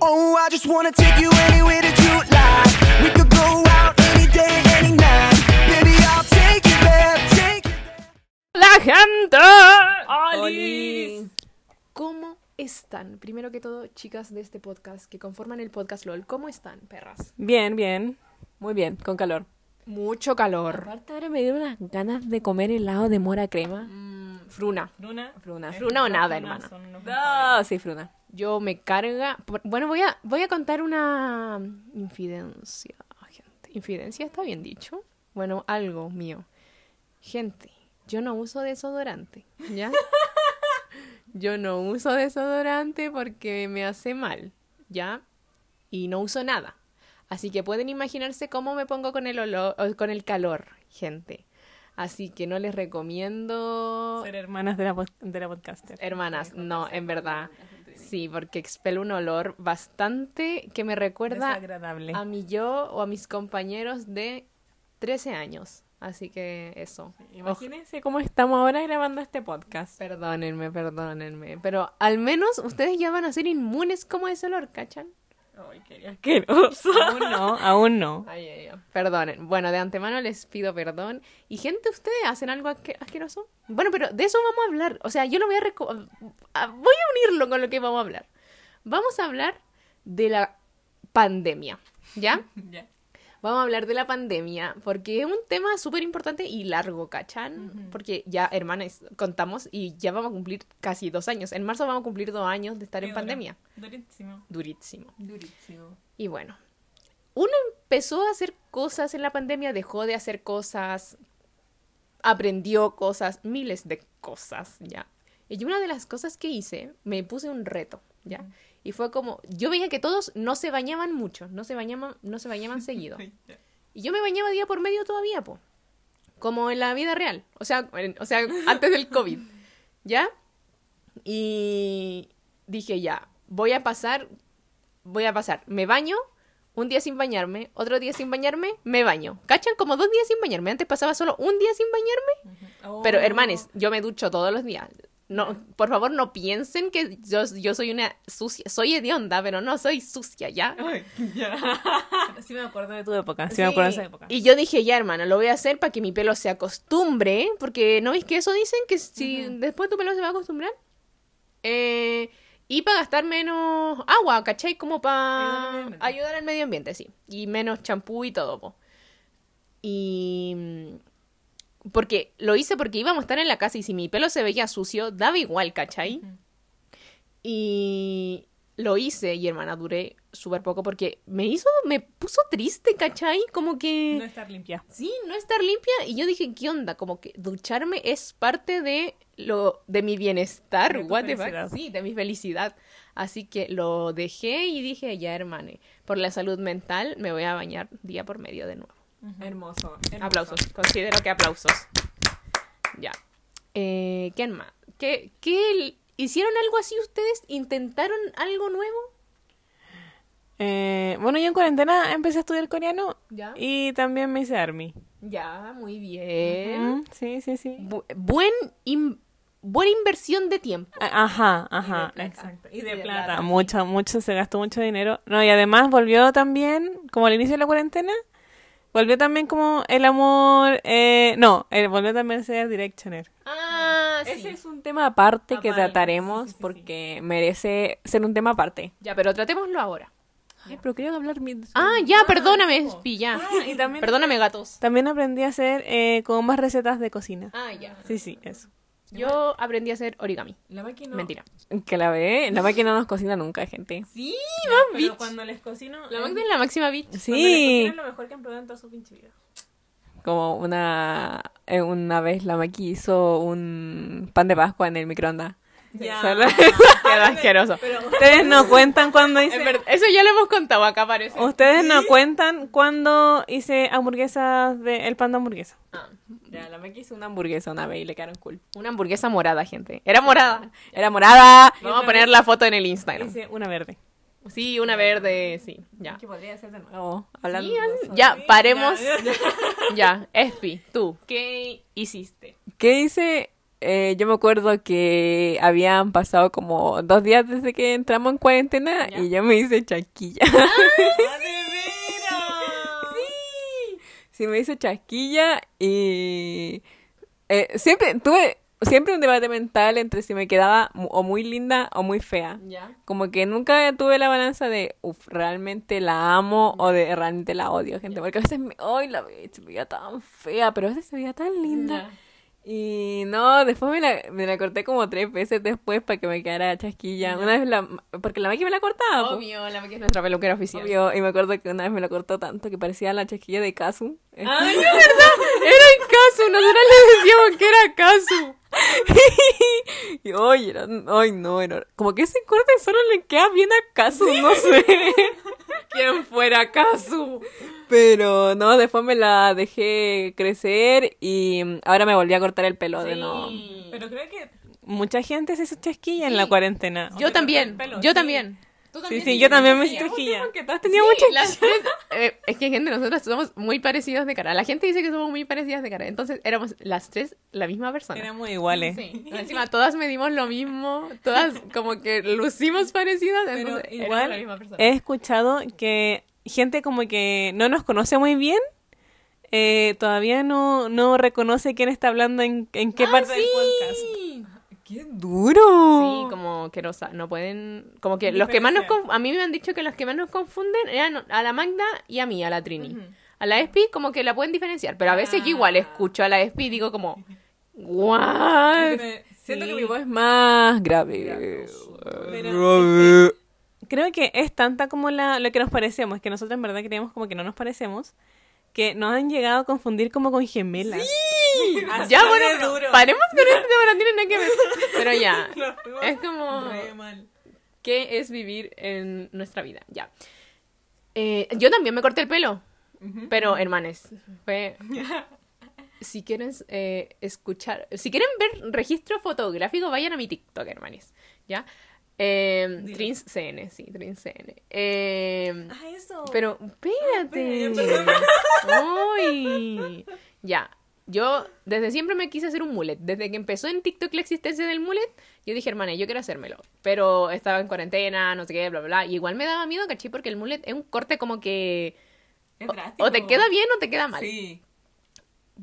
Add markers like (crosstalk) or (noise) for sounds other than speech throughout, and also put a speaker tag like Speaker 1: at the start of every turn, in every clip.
Speaker 1: Oh, I just wanna take you anywhere that you like. We could go out any day, any night. Baby, I'll take you there, take you there.
Speaker 2: ¡La gente!
Speaker 3: Oli.
Speaker 4: ¿Cómo están? Primero que todo, chicas de este podcast que conforman el podcast LOL, ¿cómo están, perras?
Speaker 2: Bien, bien.
Speaker 3: Muy bien, con calor.
Speaker 4: Mucho calor.
Speaker 3: Aparte ahora me dieron unas ganas de comer helado de mora crema.
Speaker 4: Mm, fruna.
Speaker 5: Fruna.
Speaker 3: Fruna.
Speaker 5: Eh,
Speaker 4: Fruna o
Speaker 5: Fruna
Speaker 4: nada, hermana.
Speaker 5: son los mejores.
Speaker 3: No, sí, fruna.
Speaker 4: Yo me carga. por- Bueno, voy a, voy a contar una infidencia, gente. ¿Infidencia está bien dicho? Bueno, algo mío. Gente, yo no uso desodorante,
Speaker 5: (laughs)
Speaker 4: ¿ya? yo no uso desodorante porque me hace mal, ¿ya? Y no uso nada. Así que pueden imaginarse cómo me pongo con el olor, o con el calor, gente. Así que no les recomiendo
Speaker 2: Ser hermanas de la, pod- de la podcaster.
Speaker 4: Hermanas, no, en verdad. Sí, porque expelo un olor bastante que me recuerda
Speaker 2: Desagradable.
Speaker 4: a mi yo o a mis compañeros de 13 años. Así que eso.
Speaker 2: Imagínense cómo estamos ahora grabando este podcast.
Speaker 4: Perdónenme, perdónenme. Pero al menos ustedes ya van a ser inmunes como a ese olor, ¿cachan?
Speaker 2: Ay, qué asqueroso. aún no, aún no.
Speaker 4: Ay, ay, ay. Perdonen. Bueno, de antemano les pido perdón. Y gente, ¿ustedes hacen algo asque- asqueroso? Bueno, pero de eso vamos a hablar. O sea, yo lo voy a... reco- a- Voy a unirlo con lo que vamos a hablar. Vamos a hablar de la pandemia. (laughs) ¿Ya?
Speaker 2: (laughs) Ya.
Speaker 4: Vamos a hablar de la pandemia, porque es un tema súper importante y largo, ¿cachan? Porque ya, hermanas, contamos y ya vamos a cumplir casi dos años. En marzo vamos a cumplir dos años de estar en
Speaker 2: Qué duro.
Speaker 4: pandemia.
Speaker 2: Durísimo.
Speaker 4: Durísimo.
Speaker 2: Durísimo.
Speaker 4: Y bueno, uno empezó a hacer cosas en la pandemia, dejó de hacer cosas, aprendió cosas, miles de cosas, ¿ya? Y una de las cosas que hice, me puse un reto, ¿ya? Y fue como, yo veía que todos no se bañaban mucho, no se bañaban, no se bañaban seguido. Y yo me bañaba día por medio todavía, po. Como en la vida real. O sea, en- o sea antes del COVID. ¿Ya? Y dije, ya, voy a pasar, voy a pasar. Me baño, un día sin bañarme, otro día sin bañarme, me baño. ¿Cachan? Como dos días sin bañarme. Antes pasaba solo un día sin bañarme. Pero, hermanes, yo me ducho todos los días. No, por favor, no piensen que yo, yo soy una sucia. Soy hedionda, pero no soy sucia, ¿ya?
Speaker 2: (laughs) Sí me acuerdo de tu época. Sí, me acuerdo de esa época.
Speaker 4: Y yo dije, ya, hermano, lo voy a hacer para que mi pelo se acostumbre, porque ¿no veis que eso dicen? Que si después tu pelo se va a acostumbrar. Eh, y para gastar menos agua, ¿cachai? Como
Speaker 2: Ayudar al medio
Speaker 4: para
Speaker 2: ambiente.
Speaker 4: ayudar al medio ambiente, sí. Y menos champú y todo, po. Y... mm, Porque lo hice porque íbamos a estar en la casa y si mi pelo se veía sucio, daba igual, ¿cachai? Y lo hice y hermana duré súper poco porque me hizo, me puso triste, ¿cachai? Como que...
Speaker 2: No estar limpia.
Speaker 4: Sí, no estar limpia. Y yo dije, ¿qué onda? Como que ducharme es parte de lo de mi bienestar.
Speaker 2: De tu
Speaker 4: what the fuck.
Speaker 2: felicidad.
Speaker 4: Sí, de mi felicidad. Así que lo dejé y dije, ya hermane, por la salud mental me voy a bañar día por medio de nuevo.
Speaker 2: Hermoso.
Speaker 4: Aplausos. Considero que aplausos. Ya. Eh, ¿Quién más? ¿Qué, qué l- hicieron algo así ustedes? ¿Intentaron algo nuevo?
Speaker 2: Eh, bueno, yo en cuarentena empecé a estudiar coreano
Speaker 4: Ya.
Speaker 2: y también me hice ARMY.
Speaker 4: Ya, muy bien.
Speaker 2: Mm, Sí, sí, sí.
Speaker 4: Bu- buen in- buena inversión de tiempo.
Speaker 2: A- Eh, Ajá, ajá,
Speaker 4: plata.
Speaker 2: exacto.
Speaker 4: Y
Speaker 2: Y de,
Speaker 4: de
Speaker 2: plata.
Speaker 4: plata.
Speaker 2: Mucho, mucho, se gastó mucho dinero. No, y además volvió también, como al inicio de la cuarentena, volvió también como el amor. Eh, no, eh, volvió también a ser Directioner.
Speaker 4: Ah,
Speaker 3: Ese es un tema aparte que
Speaker 2: Aparte,
Speaker 3: trataremos
Speaker 2: sí, sí, sí,
Speaker 3: porque merece ser un tema aparte.
Speaker 4: Ya, pero tratémoslo ahora.
Speaker 3: Ay, pero quería hablar mi...
Speaker 4: Ah, ya, perdóname, pilla.
Speaker 2: Ah, y también-
Speaker 4: Perdóname, gatos.
Speaker 2: También aprendí a hacer eh, como más recetas de cocina.
Speaker 4: Ah, ya.
Speaker 2: Sí, sí, eso.
Speaker 4: Yo aprendí a hacer origami.
Speaker 2: La máquina.
Speaker 4: Mentira.
Speaker 3: Que la ve, la máquina no nos cocina nunca, gente.
Speaker 4: Sí, más bitch.
Speaker 2: les cocino.
Speaker 4: La máquina es la máxima
Speaker 2: (laughs)
Speaker 4: bitch.
Speaker 3: Sí,
Speaker 2: lo mejor que han probado en toda su pinche vida.
Speaker 3: como una eh, una vez la Maki hizo un pan de Pascua en el microondas. (laughs) Solo-
Speaker 2: Ah,
Speaker 4: (laughs) Qué asqueroso.
Speaker 3: (laughs)
Speaker 2: Ustedes no cuentan cuando hice.
Speaker 4: En verdad, Eso ya lo hemos contado acá, parece.
Speaker 2: Ustedes no cuentan cuando hice hamburguesas de el pan de hamburguesa.
Speaker 4: Ah,
Speaker 3: Ya, la Maki hizo una hamburguesa una vez y le quedaron cool.
Speaker 4: una hamburguesa morada, gente. Era morada.
Speaker 3: Era morada.
Speaker 4: Vamos a poner la foto en el Instagram.
Speaker 2: Hice una verde.
Speaker 4: Sí, una verde, sí. Ya.
Speaker 3: podría ser de nuevo. Oh, Hablando
Speaker 4: Sí,
Speaker 3: de
Speaker 4: así-
Speaker 3: eso.
Speaker 4: Ya, paremos. Ya, Espi, tú, ¿qué hiciste?
Speaker 3: (laughs) ¿Qué hice?
Speaker 2: eh, yo me acuerdo que habían pasado como dos días desde que entramos en cuarentena y yo me hice chasquilla. Sí, me hice chasquilla y eh, siempre tuve siempre un debate mental entre si me quedaba ah, mu- o muy linda o muy fea.
Speaker 4: Ya.
Speaker 2: Como que nunca tuve la balanza de, uff, realmente la amo o de realmente la odio, gente. Porque a veces, me, ay, la ve- se veía tan fea, pero a veces se veía tan linda. Y no, después me la, me la corté como tres veces después para que me quedara chasquilla. Una vez la... Porque la máquina me la cortaba. po.
Speaker 4: Obvio, la que es nuestra peluquera oficial.
Speaker 2: Obvio, y me acuerdo que una vez me lo cortó tanto que parecía la chasquilla de Kazu.
Speaker 4: Ah,
Speaker 2: ¡Ay, no, verdad! Era en Kazu, nosotros le decíamos que era Kazu. (laughs) y oye, era, ay, no, era, como que ese corte solo le queda bien a Kazu, no sé.
Speaker 4: ¿Quién fuera Kazu?
Speaker 2: Pero no, después me la dejé crecer y mm, ahora me volví a cortar el pelo de nuevo.
Speaker 3: Pero creo que mucha gente se hizo chasquilla en
Speaker 4: Sí.
Speaker 3: la cuarentena. O
Speaker 4: Yo
Speaker 3: te
Speaker 4: también,
Speaker 3: cortan el pelo,
Speaker 4: yo
Speaker 3: sí.
Speaker 4: también.
Speaker 3: Sí, sí, yo también me hice chasquilla.
Speaker 2: tenía
Speaker 4: Sí,
Speaker 3: (laughs)
Speaker 4: las tres- eh, es que gente, nosotros somos muy parecidas de cara. La gente dice que somos muy parecidas de cara. Entonces éramos las tres la misma persona.
Speaker 3: Éramos iguales.
Speaker 4: Sí. Encima todas medimos lo mismo, todas como que lucimos parecidas.
Speaker 3: Pero
Speaker 4: entonces, éramos la misma
Speaker 3: igual
Speaker 4: persona.
Speaker 3: he escuchado que gente como que no nos conoce muy bien, eh, todavía no, no reconoce quién está hablando en, en qué parte del podcast.
Speaker 4: Ah, Sí,
Speaker 2: ¡Qué duro!
Speaker 4: Sí, como que no, sa- no pueden. Como que los que más nos. conf- A mí me han dicho que los que más nos confunden eran a la Magda y a mí, a la Trini. A la Espi, como que la pueden diferenciar. Pero a veces yo
Speaker 3: Ah.
Speaker 4: igual escucho a la Espi y digo,
Speaker 3: (laughs)
Speaker 4: como. ¡Guau!
Speaker 2: Siento que mi voz es más grave.
Speaker 3: Pero- este, Creo que es tanta como la, lo que nos parecemos, que nosotros en verdad creemos como que no nos parecemos, que nos han llegado a confundir como con gemelas. (laughs) Así
Speaker 4: Ya,
Speaker 3: de
Speaker 4: bueno, pero
Speaker 3: duro.
Speaker 4: paremos
Speaker 3: (laughs)
Speaker 4: con este tema, no tiene nada que ver. Pero ya,
Speaker 3: Nos fuimos
Speaker 4: es como,
Speaker 3: re mal.
Speaker 4: ¿qué es vivir en nuestra vida? Ya. Eh, yo también me corté el pelo, pero hermanes,
Speaker 3: (laughs)
Speaker 4: fue... Si quieren eh, escuchar, si quieren ver registro fotográfico, vayan a mi TikTok, hermanes. ¿Ya? Eh, Trins CN, sí, Trins CN. Eh,
Speaker 3: Ah, eso.
Speaker 4: pero
Speaker 3: espera,
Speaker 4: espérate. Uy. Ya. Yo desde siempre me quise hacer un mullet. Desde que empezó en TikTok la existencia del mullet, yo dije, hermana, yo quiero hacérmelo. Pero estaba en cuarentena, no sé qué, bla, bla, bla. Y igual me daba miedo, caché, porque el mullet es un corte como que... o- O te queda bien o te queda mal.
Speaker 2: Sí.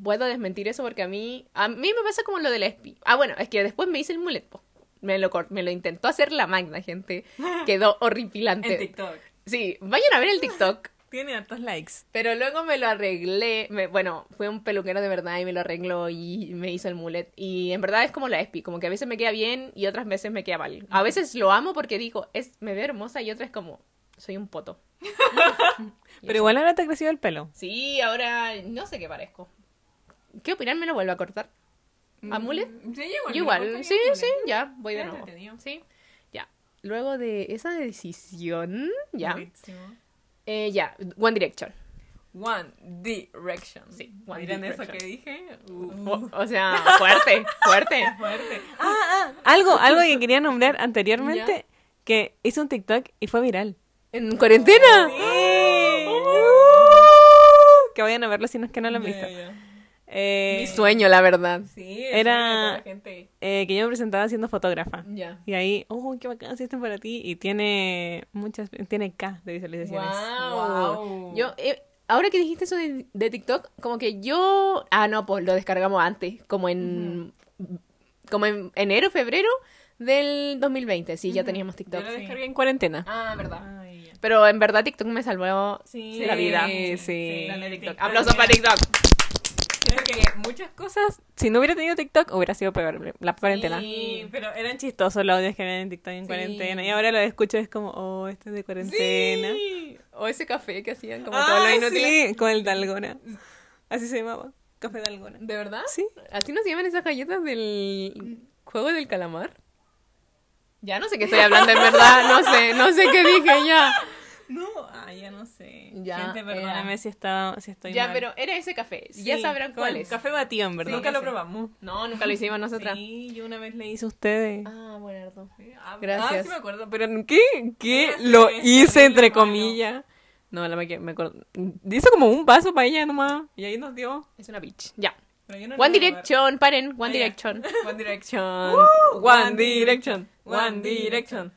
Speaker 4: Puedo desmentir eso porque a mí... A mí me pasa como lo del espi. Ah, bueno, es que después me hice el mullet. po. Me lo, cor- me lo intentó hacer la magna, gente. Quedó horripilante.
Speaker 3: TikTok.
Speaker 4: Sí, vayan a ver el TikTok.
Speaker 3: Tiene hartos likes.
Speaker 4: Pero luego me lo arreglé, me- bueno, fue un peluquero de verdad y me lo arregló y me hizo el mullet. Y en verdad es como la espi, como que a veces me queda bien y otras veces me queda mal. A veces lo amo porque digo, es, me veo hermosa y otras como, soy un poto.
Speaker 3: Pero igual ahora te ha crecido el pelo.
Speaker 4: Sí, ahora no sé qué parezco. ¿Qué opinan? ¿Me lo vuelvo a cortar? ¿A mullet? Yo igual, sí, sí, ya, voy de
Speaker 3: Era
Speaker 4: nuevo.
Speaker 3: entretenido.
Speaker 4: Sí, ya. Luego de esa decisión, ya. Eh, ya, One Direction.
Speaker 2: One Direction.
Speaker 4: Sí, One
Speaker 2: ¿Vieron eso
Speaker 4: Direction.
Speaker 2: que dije?
Speaker 4: O, o sea, fuerte, fuerte.
Speaker 2: Fuerte.
Speaker 3: Algo, algo que quería nombrar anteriormente, que hizo un TikTok y fue viral.
Speaker 4: ¿En cuarentena?
Speaker 3: Que vayan a verlo si no es que no lo han visto. Eh,
Speaker 4: Mi sueño, la verdad.
Speaker 2: Sí,
Speaker 3: Era-
Speaker 2: eso es lo que
Speaker 3: eh, que yo me presentaba siendo fotógrafa.
Speaker 4: Ya.
Speaker 3: Y ahí, oh, qué bacán, sí, esto es para ti. Y tiene muchas, tiene K de visualizaciones.
Speaker 2: Wow.
Speaker 4: Yo, eh, ahora que dijiste eso de, de TikTok, como que yo... Ah, no, pues lo descargamos antes, como en... Como en enero, febrero del 2020. Sí, ya teníamos
Speaker 2: la gente- Yo
Speaker 4: TikTok.
Speaker 2: lo descargué en cuarentena.
Speaker 4: Ah, verdad. Pero en verdad TikTok me salvó
Speaker 3: Sí.
Speaker 4: la vida.
Speaker 2: Sí, sí.
Speaker 4: Grande TikTok.
Speaker 3: TikTok.
Speaker 4: Aplausos para TikTok.
Speaker 2: Creo que muchas cosas, si no hubiera tenido TikTok, hubiera sido peor la cuarentena.
Speaker 3: Sí, pero eran chistosos los audios que habían en TikTok en
Speaker 4: Sí.
Speaker 3: cuarentena. Y ahora lo escucho y es como, oh, esto es de cuarentena.
Speaker 4: O ese café que hacían como
Speaker 3: Ah,
Speaker 4: todo lo inútil.
Speaker 3: sí, con el Dalgona. Así se llamaba. Café Dalgona.
Speaker 4: ¿De verdad?
Speaker 3: Sí.
Speaker 4: ¿Así nos llaman esas galletas del juego del calamar? Ya no sé (laughs) qué estoy hablando, en verdad. No sé, no sé qué dije ya.
Speaker 3: No, ah, ya no sé.
Speaker 4: Ya,
Speaker 3: Gente,
Speaker 4: era.
Speaker 3: perdóname si, estaba, si estoy
Speaker 4: ya,
Speaker 3: mal.
Speaker 4: pero era ese café.
Speaker 3: Sí,
Speaker 4: ya sabrán
Speaker 3: con
Speaker 4: cuál es.
Speaker 3: Café batido, en verdad.
Speaker 4: Nunca lo
Speaker 2: probamos.
Speaker 4: No, nunca lo hicimos nosotras.
Speaker 3: Sí, yo una vez le hice a ustedes.
Speaker 4: Ah, buenardo.
Speaker 2: Ah,
Speaker 4: Gracias.
Speaker 2: sí me acuerdo, pero ¿qué? ¿Qué? Lo hice, entre comillas. No, la me, me acuerdo. Hizo como un vaso para ella nomás. Y ahí nos dio.
Speaker 4: Es una bitch. Ya.
Speaker 2: pero yo no le voy
Speaker 4: One
Speaker 2: a
Speaker 4: Direction, paren, One
Speaker 2: Ah, ya.
Speaker 4: Direction.
Speaker 2: (laughs)
Speaker 3: One Direction.
Speaker 2: One
Speaker 3: One Direction. One
Speaker 2: One
Speaker 3: Direction.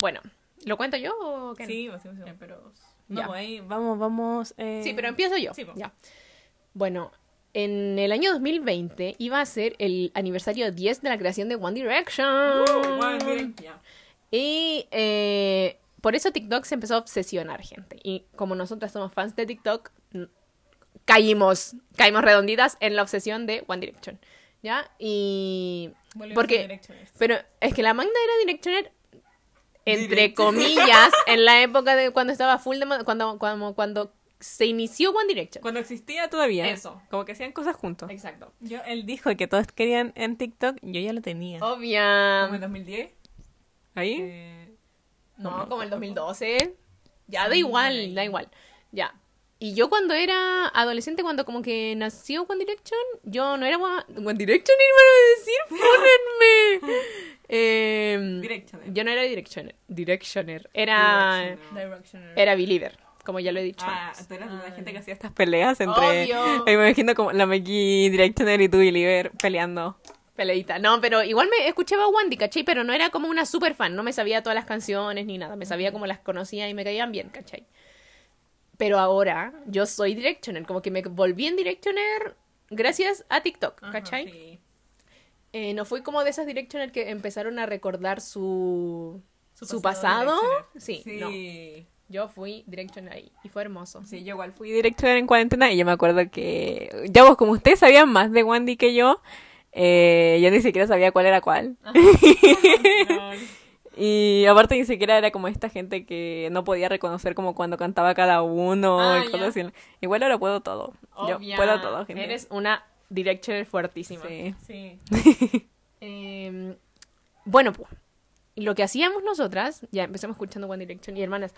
Speaker 4: Bueno, ¿lo cuento yo o
Speaker 2: dar-
Speaker 4: qué?
Speaker 2: Sí, pues, sí, pues, sí, pero... No,
Speaker 4: Ya.
Speaker 2: pues ahí vamos, vamos... eh,
Speaker 4: Sí, pero empiezo yo.
Speaker 2: Sí, po.
Speaker 4: Ya. Bueno, en el año 2020 iba a ser el aniversario 10 de la creación de One Uh, Direction.
Speaker 2: One Direction, ya.
Speaker 4: Y eh, por eso TikTok se empezó a obsesionar, gente. Y como nosotras somos fans de TikTok, mm, caímos, caímos redonditas en la obsesión de One Direction. ¿Ya? Y...
Speaker 2: Volvemos a
Speaker 4: Porque...
Speaker 2: Directioners.
Speaker 4: Pero es que la Magda era Directioner, entre
Speaker 2: Direct- (laughs)
Speaker 4: comillas, en la época de cuando estaba full de... moda- Cuando, cuando, cuando se inició One Direction.
Speaker 3: Cuando existía todavía.
Speaker 4: Eso.
Speaker 3: Como que hacían cosas juntos.
Speaker 4: Exacto.
Speaker 2: Yo, él dijo que todos querían en TikTok, yo ya lo tenía.
Speaker 4: Obvia.
Speaker 2: Como en 2010.
Speaker 3: Oh. Ahí.
Speaker 2: eh,
Speaker 4: No, como el 2012. Ya, da igual, da igual. Ya. Y yo cuando era adolescente, cuando como que nació One Direction, yo no era One, One Direction, iba
Speaker 2: (laughs)
Speaker 4: a decir, pónganme. Em,
Speaker 2: Directioner.
Speaker 4: Yo no era Directioner. Directioner. Era,
Speaker 2: Directioner.
Speaker 4: era Believer, como ya lo he dicho.
Speaker 2: Ah,
Speaker 4: antes.
Speaker 2: tú eras la gente que hacía
Speaker 3: Estas peleas entre.
Speaker 4: Obvio.
Speaker 3: Eh, me imagino como la Maggie Directioner y tú y Liver peleando.
Speaker 4: Peleita. No, pero igual me escuchaba Wandy, ¿cachai? Pero no era como una super fan. No me sabía todas las canciones ni nada. Me sabía como las conocía y me caían bien, ¿cachai? Pero ahora yo soy Directioner. Como que me volví en Directioner gracias a TikTok,
Speaker 2: Ajá,
Speaker 4: ¿cachai?
Speaker 2: sí.
Speaker 4: Eh, no fui como de esas Directioner que empezaron a recordar su, su, pasado.
Speaker 2: pasado
Speaker 4: Sí,
Speaker 2: Sí.
Speaker 4: no. Yo fui Directioner ahí y fue hermoso.
Speaker 3: Sí, yo igual fui directora en cuarentena y yo me acuerdo que, ya vos, como ustedes sabían más de Wandy que yo, eh, yo ni siquiera sabía cuál era cuál. (laughs) y aparte ni siquiera era como esta gente que no podía reconocer como cuando cantaba cada uno
Speaker 4: Ah,
Speaker 3: y
Speaker 4: ya.
Speaker 3: cosas así. Igual ahora puedo todo. Yo
Speaker 4: Obvia.
Speaker 3: puedo todo, gente.
Speaker 4: Eres una Directioner fuertísima.
Speaker 3: Sí.
Speaker 2: Sí.
Speaker 4: Eh, bueno, pues. Lo que hacíamos nosotras, ya empezamos escuchando One Direction y hermanas,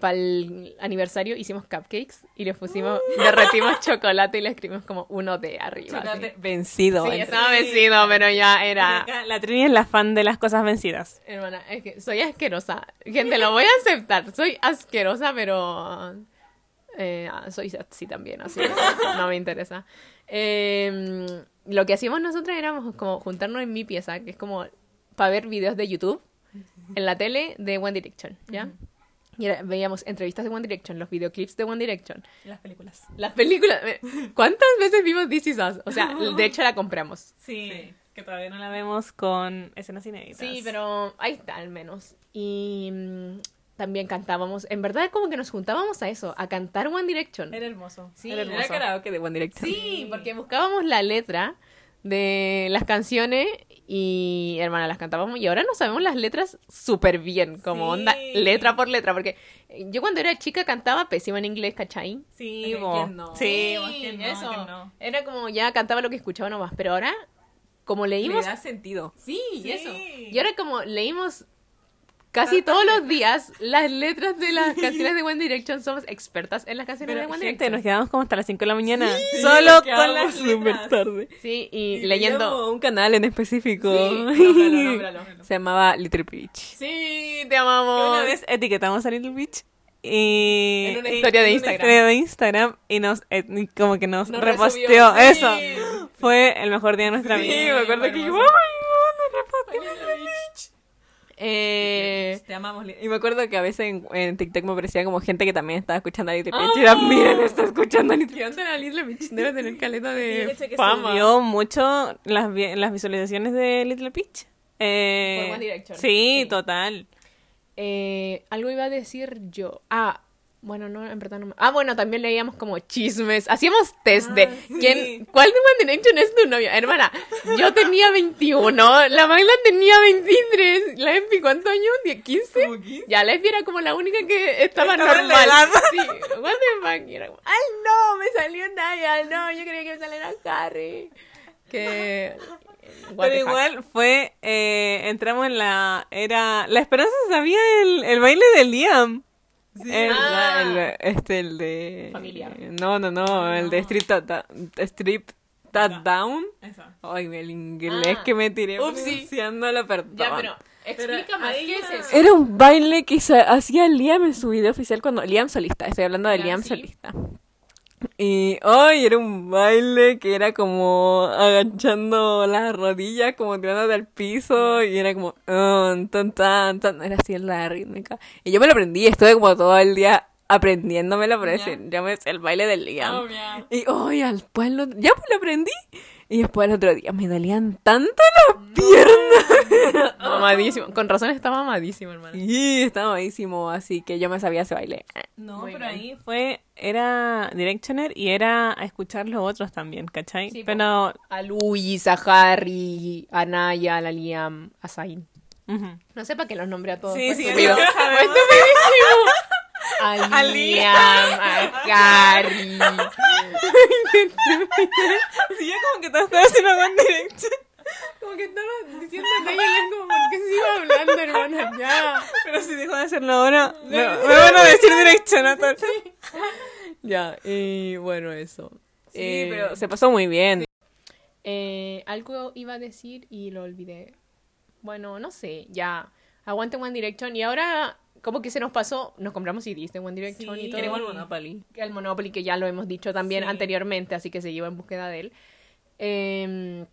Speaker 4: para el aniversario hicimos cupcakes y les pusimos, derretimos chocolate y le escribimos como uno de arriba. así.
Speaker 2: Chocolate.
Speaker 3: Vencido.
Speaker 4: Sí,
Speaker 3: entre-
Speaker 4: estaba vencido, pero ya
Speaker 2: Porque
Speaker 4: era.
Speaker 2: acá la Trini es la fan de las cosas vencidas.
Speaker 4: Hermana, es que soy asquerosa. Gente, lo voy a aceptar. Soy asquerosa, pero. eh, ah, soy así también, así. que No me interesa. Eh, lo que hacíamos nosotras éramos como juntarnos en mi pieza, que es como para ver videos de YouTube en la tele de One Direction, ¿ya? Y era- veíamos entrevistas de One Direction, los videoclips de One Direction,
Speaker 2: Las películas.
Speaker 4: las películas. eh, ¿Cuántas veces vimos This Is Us? O sea, de hecho la compramos.
Speaker 2: Sí, Que todavía no la vemos con escenas inéditas.
Speaker 4: Sí, pero ahí está al menos. Y mm, también cantábamos. En verdad como que nos juntábamos a eso, a cantar One Direction.
Speaker 2: Era hermoso.
Speaker 4: Sí,
Speaker 2: era
Speaker 3: Era
Speaker 2: hermoso.
Speaker 3: karaoke de One Direction.
Speaker 4: Sí, porque buscábamos la letra de las canciones y hermana las cantábamos y ahora no sabemos las letras súper bien, como
Speaker 2: Sí.
Speaker 4: onda letra por letra, porque yo cuando era chica cantaba pésimo en inglés, ¿cachai?
Speaker 2: Sí,
Speaker 3: Ok,
Speaker 2: vos.
Speaker 3: ¿quién no?
Speaker 2: Sí, vos, ¿quién no?
Speaker 4: eso.
Speaker 2: ¿quién no?
Speaker 4: Era como ya cantaba lo que escuchaba nomás, pero ahora como
Speaker 3: Le
Speaker 4: leímos
Speaker 3: da sentido.
Speaker 4: Sí,
Speaker 2: Sí.
Speaker 4: eso. Y ahora como leímos casi todos los días las letras de las canciones de One Direction, somos expertas en las canciones
Speaker 2: Pero,
Speaker 4: de One
Speaker 2: gente,
Speaker 4: Direction.
Speaker 2: nos quedamos como hasta las 5 de la mañana. (laughs)
Speaker 3: Sí,
Speaker 2: solo
Speaker 3: que
Speaker 2: con
Speaker 3: hago
Speaker 2: las
Speaker 3: súper
Speaker 2: letras.
Speaker 3: tarde.
Speaker 4: Sí, y, leyendo...
Speaker 3: un canal en específico.
Speaker 4: Sí, nómbralo,
Speaker 2: (laughs)
Speaker 4: nómbralo.
Speaker 3: Se llamaba Little Peach.
Speaker 4: Sí, te
Speaker 2: Que
Speaker 4: amamos.
Speaker 2: Una vez etiquetamos a Little Beach y...
Speaker 4: En una
Speaker 2: y-
Speaker 4: historia de
Speaker 2: en
Speaker 4: Instagram.
Speaker 2: historia de Instagram y nos eh, y como que nos,
Speaker 4: Nos
Speaker 2: reposteó
Speaker 4: resubió, sí.
Speaker 2: eso. Fue el mejor día de nuestra
Speaker 4: Sí,
Speaker 2: vida.
Speaker 4: me acuerdo
Speaker 2: fue
Speaker 4: que yo,
Speaker 2: hermoso.
Speaker 4: Eh,
Speaker 2: Te amamos, Little
Speaker 3: Este, Y me acuerdo que a veces en, en TikTok me aparecía como gente que también estaba escuchando a Little Peach.
Speaker 4: Ah.
Speaker 3: Y era, miren, está escuchando a Little Peach.
Speaker 4: la Little Bitch debe tener caleta
Speaker 2: Y el
Speaker 4: de
Speaker 2: hecho que
Speaker 4: fama.
Speaker 2: subió mucho las, vi- las visualizaciones de Little Peach. Eh,
Speaker 4: Por One Direction.
Speaker 2: Sí,
Speaker 4: Sí.
Speaker 2: total.
Speaker 4: Eh, algo iba a decir yo. Ah, bueno, no, en verdad no me... Ah, bueno, también leíamos como chismes. Hacíamos test
Speaker 2: Ah,
Speaker 4: de quién, ¿cuál de One Direction es tu novia? Hermana, yo tenía 21, la Magda tenía 23, la Epi, ¿cuántos años? ¿10, 15? Ya, la Epi era como la única que estaba,
Speaker 2: Estaba en la
Speaker 4: normal.
Speaker 2: edad.
Speaker 4: Sí, what the fuck. y era como, ay, no, me salió Naya, no, yo creía que me saliera Harry. Que... what
Speaker 2: Pero
Speaker 4: the fuck.
Speaker 2: igual fue, eh, entramos en la, era, la esperanza sabía el, el baile de Liam.
Speaker 3: El,
Speaker 4: Ah.
Speaker 3: el- este, el de...
Speaker 4: Familiar.
Speaker 3: No, no, no, el de Strip That, Da- Strip That Down. Ay, el inglés
Speaker 4: Ah.
Speaker 3: que me tiré
Speaker 4: Upsi.
Speaker 3: pronunciándolo, perdón.
Speaker 4: Ya, pero explícame, ¿qué es eso?
Speaker 3: Era un baile que hizo- hacía Liam en su video oficial cuando... Liam solista, estoy hablando de
Speaker 4: Ya,
Speaker 3: Liam
Speaker 4: Ah, sí.
Speaker 3: solista. Y hoy era un baile que era como agachando las rodillas, como tirándote al piso, y era como "Ah, tan tan tan, era así la rítmica. Y yo me lo aprendí, estuve como todo el día aprendiéndomelo, pero ese- yo me sé el baile del Liam.
Speaker 5: Oh, yeah.
Speaker 3: Y hoy al pueblo, ya pues lo aprendí. Y después el otro día me dolían tanto las
Speaker 4: (laughs)
Speaker 3: piernas.
Speaker 4: Mamadísimo. Con razón está mamadísimo, hermano.
Speaker 3: y estaba malísimo, así que yo me sabía ese baile.
Speaker 2: No,
Speaker 4: Muy
Speaker 2: pero
Speaker 4: bien.
Speaker 2: ahí fue, era Directioner y era a escuchar los otros también, ¿cachai?
Speaker 4: Sí, po.
Speaker 2: pero,
Speaker 4: A Luis, a Harry, a Naya, a la Liam, a Zayn.
Speaker 2: ujú.
Speaker 4: No sé para qué los nombré a todos.
Speaker 2: sí,
Speaker 4: pues,
Speaker 2: sí,
Speaker 4: estúpido.
Speaker 2: no sabemos. (laughs)
Speaker 4: A Liam, a Harry.
Speaker 2: Sí, yo como que todos conocen a One Direction,
Speaker 4: Como que estaba diciendo a Naya y Liam como, ¿por qué sigo hablando, hermana? Ya.
Speaker 2: pero si dejo de hacerlo
Speaker 4: (laughs)
Speaker 2: ahora, me, me van a decir Directioner.
Speaker 3: (laughs) Ya, y bueno, eso. Sí,
Speaker 4: Eh,
Speaker 3: pero se pasó muy bien.
Speaker 4: Eh, algo iba a decir y lo olvidé. Bueno, no sé, ya. Aguante One Direction. Y ahora, como que se nos pasó, nos compramos CDs de One Direction y todo.
Speaker 3: Monopoly.
Speaker 4: El Monopoly, que ya lo hemos dicho también anteriormente, así que se lleva en búsqueda de él. Eh,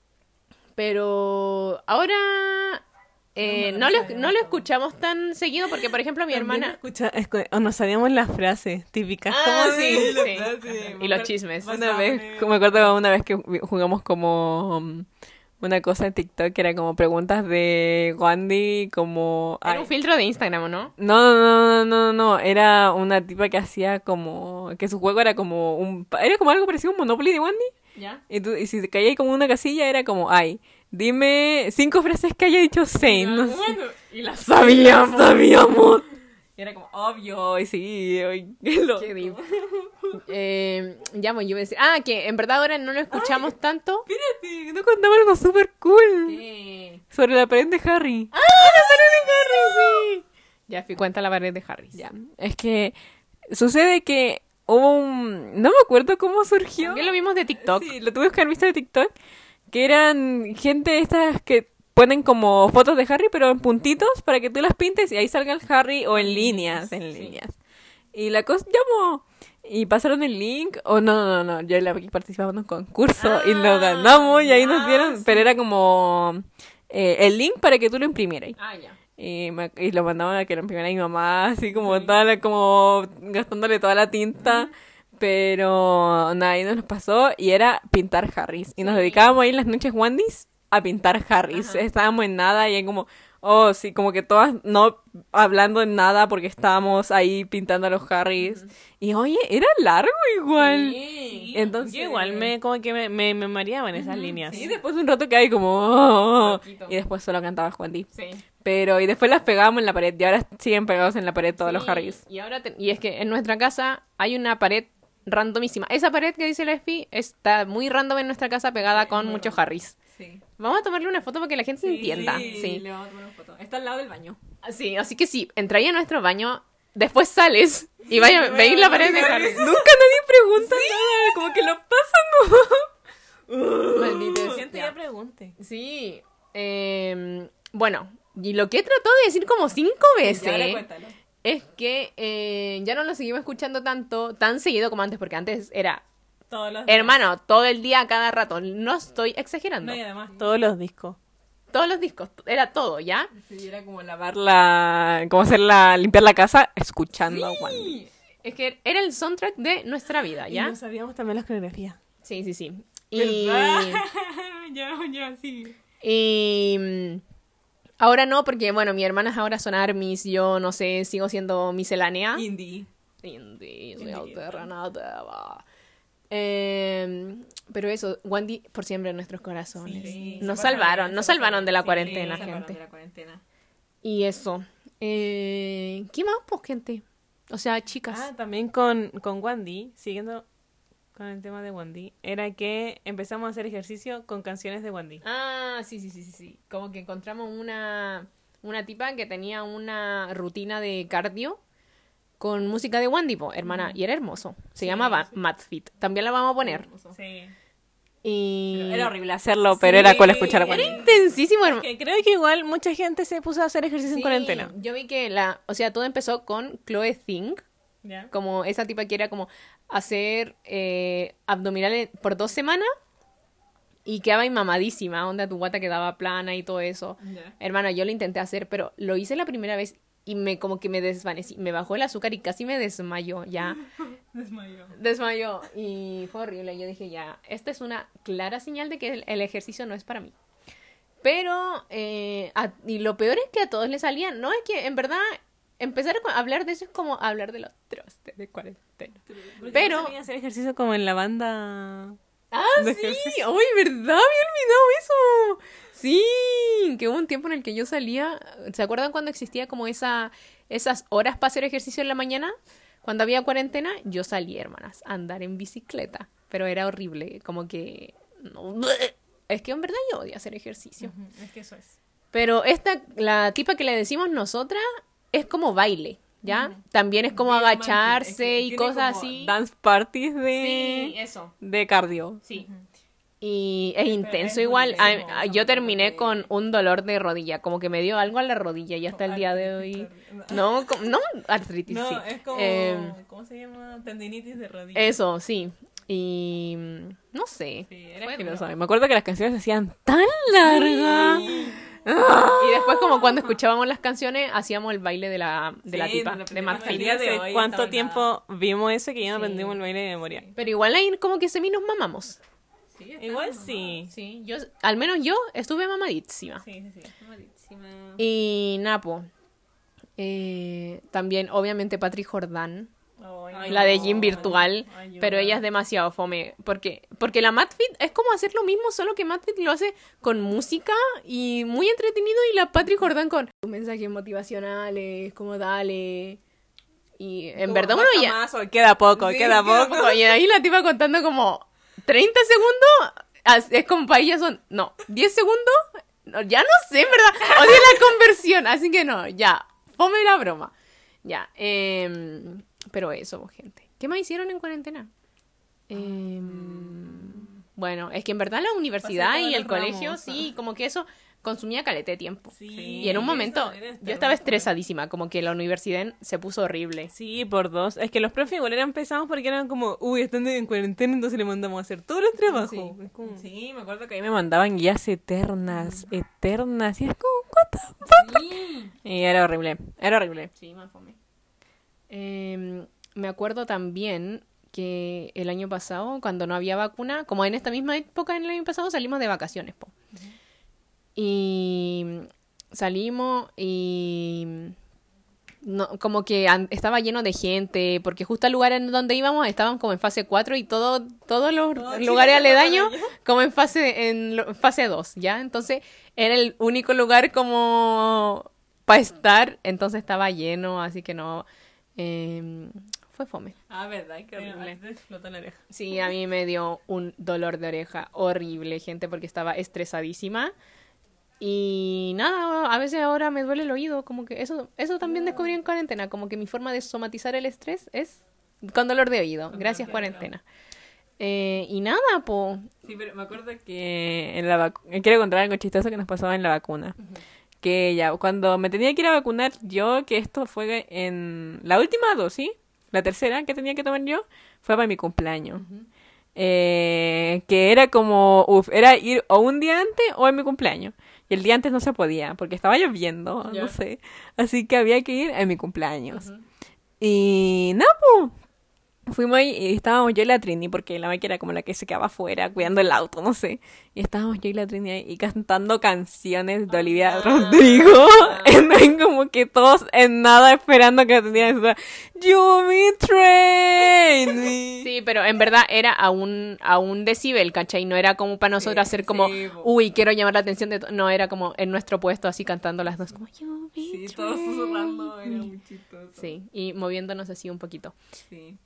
Speaker 4: pero ahora eh, no, lo, no lo escuchamos tan seguido porque, por ejemplo, mi hermana...
Speaker 2: Escucha, escu- o nos sabíamos las frases típicas.
Speaker 4: (laughs) Ah,
Speaker 2: como
Speaker 4: (laughs) sí,
Speaker 2: si-
Speaker 4: sí. Y los chismes.
Speaker 3: (laughs) Una vez, me acuerdo una vez que jugamos como um, una cosa en TikTok que era como preguntas de Wandy, como...
Speaker 4: Era
Speaker 3: ay,
Speaker 4: un filtro de Instagram, ¿o no?
Speaker 3: No, no, no, no, no, no, era una tipa que hacía como... que su juego era como un... pa- era como algo parecido a un Monopoly de Wandy.
Speaker 4: ¿Ya?
Speaker 3: Y, tú- y si te caía como una casilla era como, ay, dime cinco frases que haya dicho Zane. no sé.
Speaker 4: y las
Speaker 3: Sabíamos. Sabíamos. Y era como, obvio, y sí, ay, (laughs) qué loco.
Speaker 4: Qué deep. Eh, ya, bueno, yo iba a decir. Ah, que en verdad ahora no lo escuchamos tanto.
Speaker 3: Espérate, no contaba algo súper cool. Sobre la pared de Harry.
Speaker 4: Ya fui cuenta la pared de Harris.
Speaker 3: Ya, es que sucede que hubo un... No me acuerdo cómo surgió.
Speaker 4: También lo vimos de TikTok.
Speaker 3: Sí, lo tuve que haber visto de TikTok. Que eran gente estas que ponen como fotos de Harry, pero en puntitos para que tú las pintes y ahí salga el Harry o en líneas, en líneas. Y la cosa, llamó y pasaron el link, o no, no, no, no, yo la participaba en un concurso y lo ganamos y ahí nos dieron, pero era como eh, el link para que tú lo imprimieras.
Speaker 4: Ah, ya.
Speaker 3: Y, me- y lo mandaban a que lo imprimiera mi mamá, así como tal, como gastándole toda la tinta. Pero nada, ahí nos pasó y era pintar Harris. Y nos dedicábamos ahí las noches Wandis a pintar Harris. Estábamos en nada y ahí como, oh, sí, como que todas no hablando en nada porque estábamos ahí pintando a los Harris. Y oye, era largo igual. Entonces,
Speaker 2: Yo igual me, eh, como que me, me, me mareaba en esas líneas.
Speaker 3: Y después un rato que hay como, oh, oh, oh.
Speaker 4: Loquito.
Speaker 3: y después solo cantaba Juandi.
Speaker 4: Sí.
Speaker 3: Pero, y después las pegábamos en la pared. Y ahora siguen pegados en la pared todos los Harrys.
Speaker 4: Y ahora te- y es que en nuestra casa hay una pared randomísima. Esa pared que dice la Espi está muy random en nuestra casa pegada con muchos Harris.
Speaker 3: Sí.
Speaker 4: Vamos a tomarle una foto para que la gente entienda. Sí. Ah,
Speaker 3: vamos a tomar una foto. Está al lado del baño.
Speaker 4: Sí, así que sí, entra ahí a nuestro baño, después sales y vaya, veis la pared de Harris.
Speaker 3: Nunca nadie pregunta nada. Como que lo pasan
Speaker 4: Malditos.
Speaker 2: Gente
Speaker 4: Ya.
Speaker 2: ya pregunte.
Speaker 4: Sí. eh, bueno, y lo que he tratado de decir como cinco veces es que eh, ya no lo seguimos escuchando tanto, tan seguido como antes, porque antes era,
Speaker 2: Todos
Speaker 3: Eh,
Speaker 2: los
Speaker 4: hermano, todo el día, a cada rato. No estoy exagerando.
Speaker 2: No, y además todos los discos.
Speaker 4: Todos los discos, era todo, ¿ya?
Speaker 3: era como lavar la... Como hacer la... Limpiar la casa escuchando a Juan.
Speaker 4: Es que era el soundtrack de nuestra vida,
Speaker 2: Y
Speaker 4: ¿ya?
Speaker 2: no sabíamos también las coreografías.
Speaker 4: Sí, sí, sí. Y...
Speaker 3: (laughs) yo, yo, sí.
Speaker 4: Y mm, ahora no, porque bueno, mis hermanas ahora son armies, yo no sé, sigo siendo miscelánea.
Speaker 3: Indie.
Speaker 4: Indie, soy alternativa. Em, pero eso, Wendy por siempre en nuestros corazones. nos salvaron, nos salvaron de la cuarentena, gente. Y eso. Eh, ¿Qué más, pues, gente? O sea, chicas.
Speaker 2: Ah, también con, con Wandy, siguiendo con el tema de Wandy, era que empezamos a hacer ejercicio con canciones de Wandy.
Speaker 4: Ah, sí, sí, sí, sí, sí. Como que encontramos una, una tipa que tenía una rutina de cardio con música de Wandy, po, hermana, y era hermoso. Se llamaba Matfit. También la vamos a poner.
Speaker 2: Sí.
Speaker 4: Y
Speaker 3: Era horrible hacerlo, pero era cool escuchar a Juan.
Speaker 4: Era intensísimo, hermano.
Speaker 2: creo que igual mucha gente se puso a hacer ejercicio en cuarentena.
Speaker 4: Yo vi que la, o sea, todo empezó con Chloe Think,
Speaker 2: Ya.
Speaker 4: Como esa tipa que era como hacer eh, abdominales por dos semanas y quedaba inmamadísima, onda tu guata quedaba plana y todo eso.
Speaker 2: Ya.
Speaker 4: Hermano, yo lo intenté hacer, pero lo hice la primera vez y me como que me desvanecí, me bajó el azúcar y casi me desmayó, ya.
Speaker 2: (laughs) Desmayó.
Speaker 4: Desmayó y fue horrible. Yo dije, ya, esta es una clara señal de que el, el ejercicio no es para mí. Pero, eh, a- y lo peor es que a todos les salía, no es que en verdad empezar a hablar de eso es como hablar de los trastes de cuarentena. Pero-
Speaker 2: Pero. hacer ejercicio como en la banda.
Speaker 4: Ah,
Speaker 2: De
Speaker 4: sí,
Speaker 2: ejercicio.
Speaker 4: hoy, ¿verdad? Me he olvidado eso. Sí, que hubo un tiempo en el que yo salía, ¿se acuerdan cuando existía como esa esas horas para hacer ejercicio en la mañana? Cuando había cuarentena, yo salía, hermanas, a andar en bicicleta, pero era horrible, como que no, (laughs) es que en verdad yo odio hacer ejercicio.
Speaker 2: Es que eso es.
Speaker 4: Pero esta la tipa que le decimos nosotras es como baile, ¿ya? También es como
Speaker 2: Bien
Speaker 4: agacharse
Speaker 2: manqui, es que
Speaker 4: y
Speaker 2: tiene
Speaker 4: cosas
Speaker 2: como
Speaker 4: así.
Speaker 3: Dance parties
Speaker 4: Sí,
Speaker 3: de,
Speaker 4: eso.
Speaker 3: de cardio.
Speaker 4: Sí. Y es intenso
Speaker 2: es
Speaker 4: igual.
Speaker 2: muy
Speaker 4: A-
Speaker 2: intenso,
Speaker 4: a-
Speaker 2: es
Speaker 4: yo
Speaker 2: muy
Speaker 4: terminé
Speaker 2: fuerte.
Speaker 4: con un dolor de rodilla, como que me dio algo a la rodilla y hasta el día de hoy. No, co- no artritis,
Speaker 2: No,
Speaker 4: sí.
Speaker 2: es como.
Speaker 4: Eh,
Speaker 2: ¿Cómo se llama? Tendinitis de rodilla.
Speaker 4: eso, sí. Y mm, no sé.
Speaker 2: Sí, era
Speaker 4: Fue
Speaker 2: que
Speaker 3: Y
Speaker 2: no.
Speaker 3: no saben, Me acuerdo que las canciones se hacían tan largas.
Speaker 4: Y después como cuando escuchábamos las canciones, hacíamos el baile de la, de la
Speaker 2: Sí,
Speaker 4: tipa,
Speaker 2: no,
Speaker 4: de
Speaker 2: no
Speaker 4: Marfil.
Speaker 2: aprendí a
Speaker 3: de
Speaker 2: hacer
Speaker 3: hoy
Speaker 2: cuánto
Speaker 3: estaba
Speaker 2: tiempo vimos eso que ya no
Speaker 4: Sí.
Speaker 2: aprendimos el baile de memoria.
Speaker 4: Pero igual ahí como que semi nos mamamos.
Speaker 2: Igual sí.
Speaker 4: Sí, yo, al menos yo estuve mamadísima.
Speaker 2: Sí, sí, sí.
Speaker 4: Y Napo. eh, también, obviamente, Patrick Jordán.
Speaker 2: Ay,
Speaker 4: la de
Speaker 2: no.
Speaker 4: gym virtual,
Speaker 2: Ayuda.
Speaker 4: pero ella es demasiado fome, porque porque la Madfit es como hacer lo mismo, solo que Madfit lo hace con música y muy entretenido y la Patrick Jordan con mensajes motivacionales, como dale. Y en
Speaker 3: Como,
Speaker 4: verdad uno
Speaker 3: basta
Speaker 4: ya
Speaker 3: más, hoy queda poco,
Speaker 2: Sí,
Speaker 3: queda
Speaker 2: queda
Speaker 3: poco.
Speaker 4: y ahí la tipa contando como 30 segundos, as- es como para ella son no, 10 segundos, no, ya no sé, en verdad, odio la conversión, así que no, ya, fome la broma. Ya, em, pero eso, pues, gente. ¿Qué más hicieron en cuarentena? Em, bueno, es que en verdad la universidad
Speaker 2: Pasé todos
Speaker 4: y el
Speaker 2: los
Speaker 4: colegio,
Speaker 2: ramos.
Speaker 4: sí, como que eso consumía caleta de tiempo.
Speaker 2: Sí.
Speaker 4: Y en un momento
Speaker 2: Eso, eres
Speaker 4: yo
Speaker 2: terrible.
Speaker 4: estaba estresadísima, como que la universidad se puso horrible.
Speaker 2: Sí, por dos. Es que los profes igual eran pesados porque eran como, uy, están en cuarentena, entonces le mandamos a hacer todos los trabajos. Es como-
Speaker 3: Sí, me acuerdo que ahí me mandaban guías eternas, eternas. Y es como, ¿what the fuck? Y era horrible, era horrible.
Speaker 4: Sí, más fome. Em, me acuerdo también que el año pasado, cuando no había vacuna, como en esta misma época en el año pasado, salimos de vacaciones, po. Y salimos y no, como que an- estaba lleno de gente, porque justo al lugar en donde íbamos estaban como en fase 4 y todo, todos los
Speaker 2: Todo
Speaker 4: lugares
Speaker 2: Chile estaba
Speaker 4: aledaños
Speaker 2: lleno.
Speaker 4: como en fase, en lo- fase 2, ¿ya? Entonces era el único lugar como para estar, entonces estaba lleno, así que no, em, fue fome.
Speaker 3: Ah, verdad, qué
Speaker 2: Pero a ti te explotó la oreja.
Speaker 4: Sí, a mí me dio un dolor de oreja horrible, gente, porque estaba estresadísima. Y nada, a veces ahora me duele el oído, como que eso, eso también
Speaker 3: Ah.
Speaker 4: descubrí en cuarentena, como que mi forma de somatizar el estrés es con dolor de oído,
Speaker 3: Ah,
Speaker 4: gracias cuarentena. Eh, y nada, po.
Speaker 3: Sí, pero me acuerdo que en la vacu- eh, quiero contar algo chistoso que nos pasaba en la vacuna. Que ya, cuando me tenía que ir a vacunar yo, que esto fue en la última dosis, la tercera que tenía que tomar yo, fue para mi cumpleaños. Eh, que era como, uf, era ir o un día antes o en mi cumpleaños. Y el día antes no se podía, porque estaba lloviendo,
Speaker 4: Ya.
Speaker 3: no sé. Así que había que ir en mi cumpleaños. Y nada, po, Fuimos ahí y estábamos yo y la Trini, porque la Maki era como la que se quedaba afuera cuidando el auto, no sé. Y estábamos yo y la Trini ahí y cantando canciones de Olivia Rodrigo. (laughs) En- como que todos en nada esperando que atendieran eso. You me train me".
Speaker 4: Sí, pero en verdad era a un, a un decibel, ¿cachai? No era como para nosotros hacer como,
Speaker 3: sí, po.
Speaker 4: uy, quiero llamar la atención de... to-". No, era como en nuestro puesto así cantando las dos, como, "You be
Speaker 3: Sí, todos susurrando, era muy chistoso.
Speaker 4: Sí, y moviéndonos así un poquito.
Speaker 3: Sí.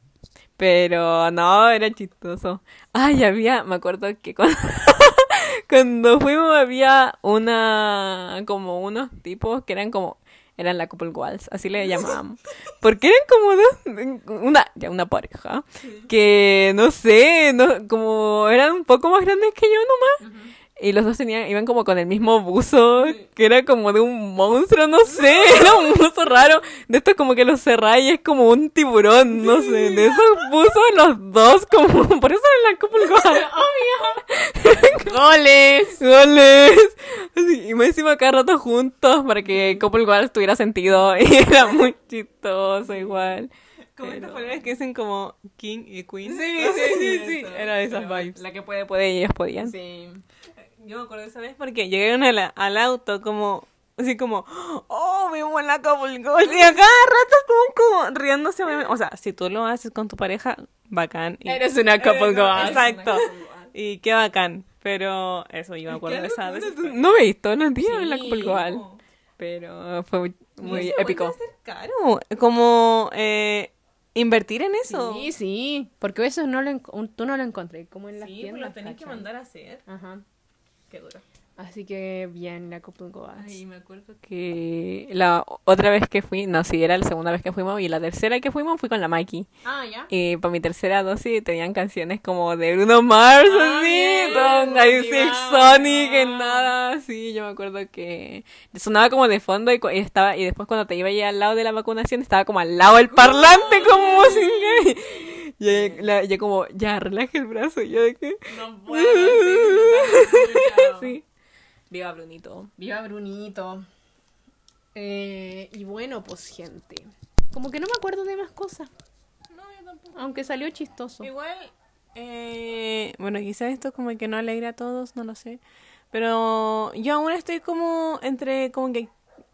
Speaker 3: Pero no, era chistoso. Ay, había, me acuerdo que cuando, (laughs) cuando fuimos había una, como unos tipos que eran como, eran la couple walls, así le (laughs) llamábamos. Porque eran como dos, una, ya una pareja, que no sé, no, como eran un poco más grandes que yo nomás. Y los dos tenían, iban como con el mismo buzo, que era como de un monstruo, no sé, (laughs) era un buzo raro. De estos como que los cerráis y es como un tiburón, no sé. De esos buzos los dos, como (laughs) por eso era la (laughs) cúpula.
Speaker 4: ¡Goles!
Speaker 3: ¡Goles! Así, y me encima cada rato juntos para que Couple Goals tuviera sentido. Y era muy chistoso igual.
Speaker 2: Como estas
Speaker 3: Pero-
Speaker 2: palabras que dicen como King y (laughs) Queen.
Speaker 3: Era de esas vibes. La que puede, puede, y ellas podían.
Speaker 4: Sí.
Speaker 2: Yo me acuerdo esa vez porque llegaron a la- al auto como, así como, oh, vimos la Acapulco. Y a cada rato estuvo como riéndose. obviamente. O sea, si tú lo haces con tu pareja, bacán. Y,
Speaker 4: Eres
Speaker 2: (laughs)
Speaker 4: una couple girl.
Speaker 2: Exacto. Y qué bacán. Pero eso, yo me acuerdo de esa vez.
Speaker 3: No veis todos los días
Speaker 4: Sí.
Speaker 3: la Couple Goals. Pero fue muy- muy épico.
Speaker 2: Claro, como eh, invertir en eso.
Speaker 4: Sí, sí. Porque eso no lo en- un- tú no lo encontré. Como en las tiendas. ¿cachai?
Speaker 2: a hacer.
Speaker 4: Ajá.
Speaker 2: Qué duro.
Speaker 4: Así que bien, la Couple Goals.
Speaker 3: Y me acuerdo que la otra vez que fui, no, sí, era la segunda vez que fuimos y la tercera que fuimos fui con la Mikey.
Speaker 4: Ah, ya.
Speaker 3: Y para mi tercera dosis tenían canciones como de Bruno Mars, así, Don't I Feel Sonic, en nada, así. Yo me acuerdo que sonaba como de fondo y, cu- y estaba y después cuando te iba ya al lado de la vacunación estaba como al lado del parlante con música. Y ella- la- yo como, ya, relaje el brazo. Y yo de que... No puedo. sí. Viva Brunito.
Speaker 4: Viva Brunito. Eh, y bueno, pues gente. Como que no me acuerdo de más cosas.
Speaker 2: No, yo tampoco.
Speaker 4: Aunque salió chistoso.
Speaker 2: Igual, eh, bueno, quizá esto como que no alegra a todos, no lo sé. Pero yo aún estoy como entre, como que,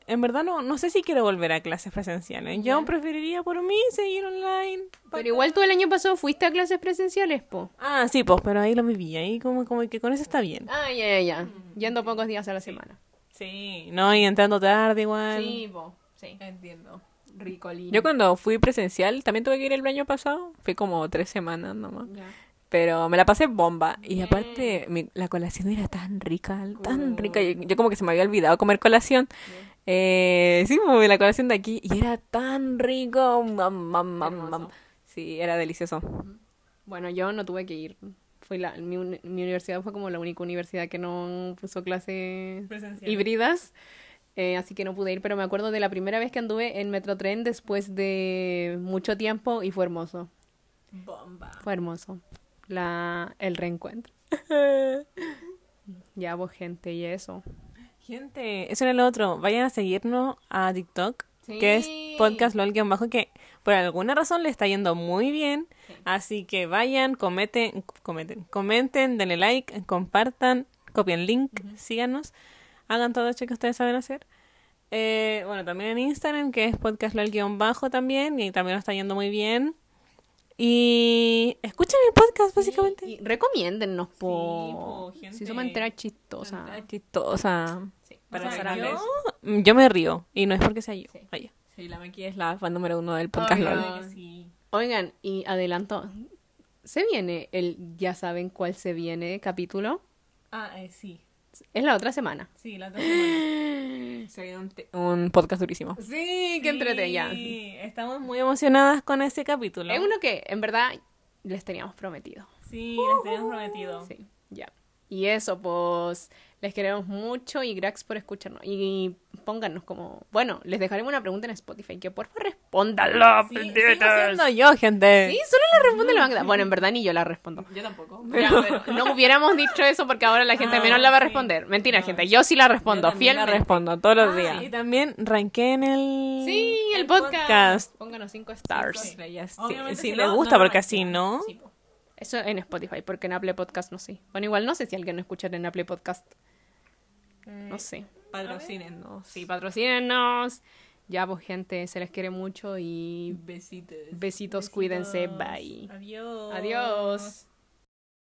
Speaker 2: en verdad no, no sé si quiero volver a clases presenciales. Yo aún preferiría por mí seguir online.
Speaker 4: Pero igual tú el año pasado fuiste a clases presenciales, po.
Speaker 2: Ah, sí, pues, pero ahí lo viví, ahí como, como que con eso está bien.
Speaker 4: Ah, ya, ya, ya. Yendo pocos días a la semana.
Speaker 2: Sí, no, y entrando tarde igual.
Speaker 4: po. Sí.
Speaker 3: Entiendo.
Speaker 4: Ricolino.
Speaker 3: Yo cuando fui presencial también tuve que ir el año pasado. Fui como tres semanas nomás.
Speaker 4: Ya.
Speaker 3: Pero me la pasé bomba. Y aparte, mi- la colación era tan rica, tan rica. Yo, yo como que se me había olvidado comer colación. Eh, sí, fue la colación de aquí. Y era tan rico. Mam, mam, mam, mam. Sí, era delicioso.
Speaker 4: Bueno, yo no tuve que ir. Fui la, mi, uni- mi universidad fue como la única universidad que no puso clases
Speaker 2: Presenciales.
Speaker 4: híbridas. eh, así que no pude ir, pero me acuerdo de la primera vez que anduve en Metrotren después de mucho tiempo y fue hermoso. Bomba. Fue hermoso. La, el reencuentro. ya vos, gente, y eso.
Speaker 2: Gente, eso era lo otro. Vayan a seguirnos a TikTok,
Speaker 4: Sí.
Speaker 2: que es podcast lol bajo que por alguna razón le está yendo muy bien. Así que vayan, cometen, cometen, comenten, denle like, compartan, copien link, síganos, hagan todo eso que ustedes saben hacer. Eh, bueno, también en Instagram, que es podcast lol bajo también, y también nos está yendo muy bien. Y escuchen el podcast, básicamente.
Speaker 4: Y recomiéndennos, po.
Speaker 2: po, gente.
Speaker 4: si somos enteras chistosas.
Speaker 3: Era chistosa.
Speaker 2: Para
Speaker 3: Para
Speaker 2: ser
Speaker 3: Sarales.
Speaker 2: yo, yo me río, y no es porque sea yo. Vaya.
Speaker 3: Sí, la Maki es la fan número uno del podcast
Speaker 4: Obvio.
Speaker 3: LOL.
Speaker 4: Oigan, y adelanto, se viene el ya saben cuál se viene capítulo.
Speaker 2: Ah, eh, sí.
Speaker 4: Es la otra semana.
Speaker 2: Sí, la
Speaker 3: Se viene un, te- un podcast durísimo.
Speaker 4: Sí, que entrete ya. Es
Speaker 2: Estamos muy emocionadas con ese capítulo.
Speaker 4: uno que en verdad les teníamos prometido.
Speaker 2: Sí, les teníamos prometido.
Speaker 4: Sí, ya. Y eso, pues les queremos mucho y gracias por escucharnos. Y pónganos como, bueno, les dejaremos una pregunta en Spotify que por favor respóndanlo.
Speaker 2: Sí, sigo siendo yo, gente.
Speaker 4: Sí, solo la responde la Magda. Bueno, en verdad ni yo la respondo.
Speaker 3: Yo tampoco.
Speaker 4: Ya, pero (laughs) no hubiéramos dicho eso porque ahora la gente
Speaker 2: Ah,
Speaker 4: menos la va a
Speaker 2: sí.
Speaker 4: responder. Mentira, gente. Yo sí la respondo.
Speaker 3: Yo
Speaker 4: Fiel.
Speaker 3: la respondo todos los
Speaker 2: Ah, Y
Speaker 3: días.
Speaker 2: también ranqué en el...
Speaker 4: Sí, el podcast.
Speaker 2: podcast.
Speaker 4: Pónganos cinco stars.
Speaker 3: Estrellas, sí.
Speaker 2: Obviamente,
Speaker 3: Sí,
Speaker 2: si
Speaker 3: le
Speaker 2: no,
Speaker 3: gusta.
Speaker 2: gusta, porque así, ¿no?
Speaker 4: Sí, po. Eso en Spotify, porque en Apple Podcast no sé. Bueno, igual no sé si alguien escucha en Apple Podcast. No sé.
Speaker 3: Patrocínenos.
Speaker 4: Sí, patrocínenos. Ya, pues, gente, se les quiere mucho y
Speaker 3: Besitos.
Speaker 4: besitos, cuídense. Bye.
Speaker 2: Adiós.
Speaker 4: Adiós.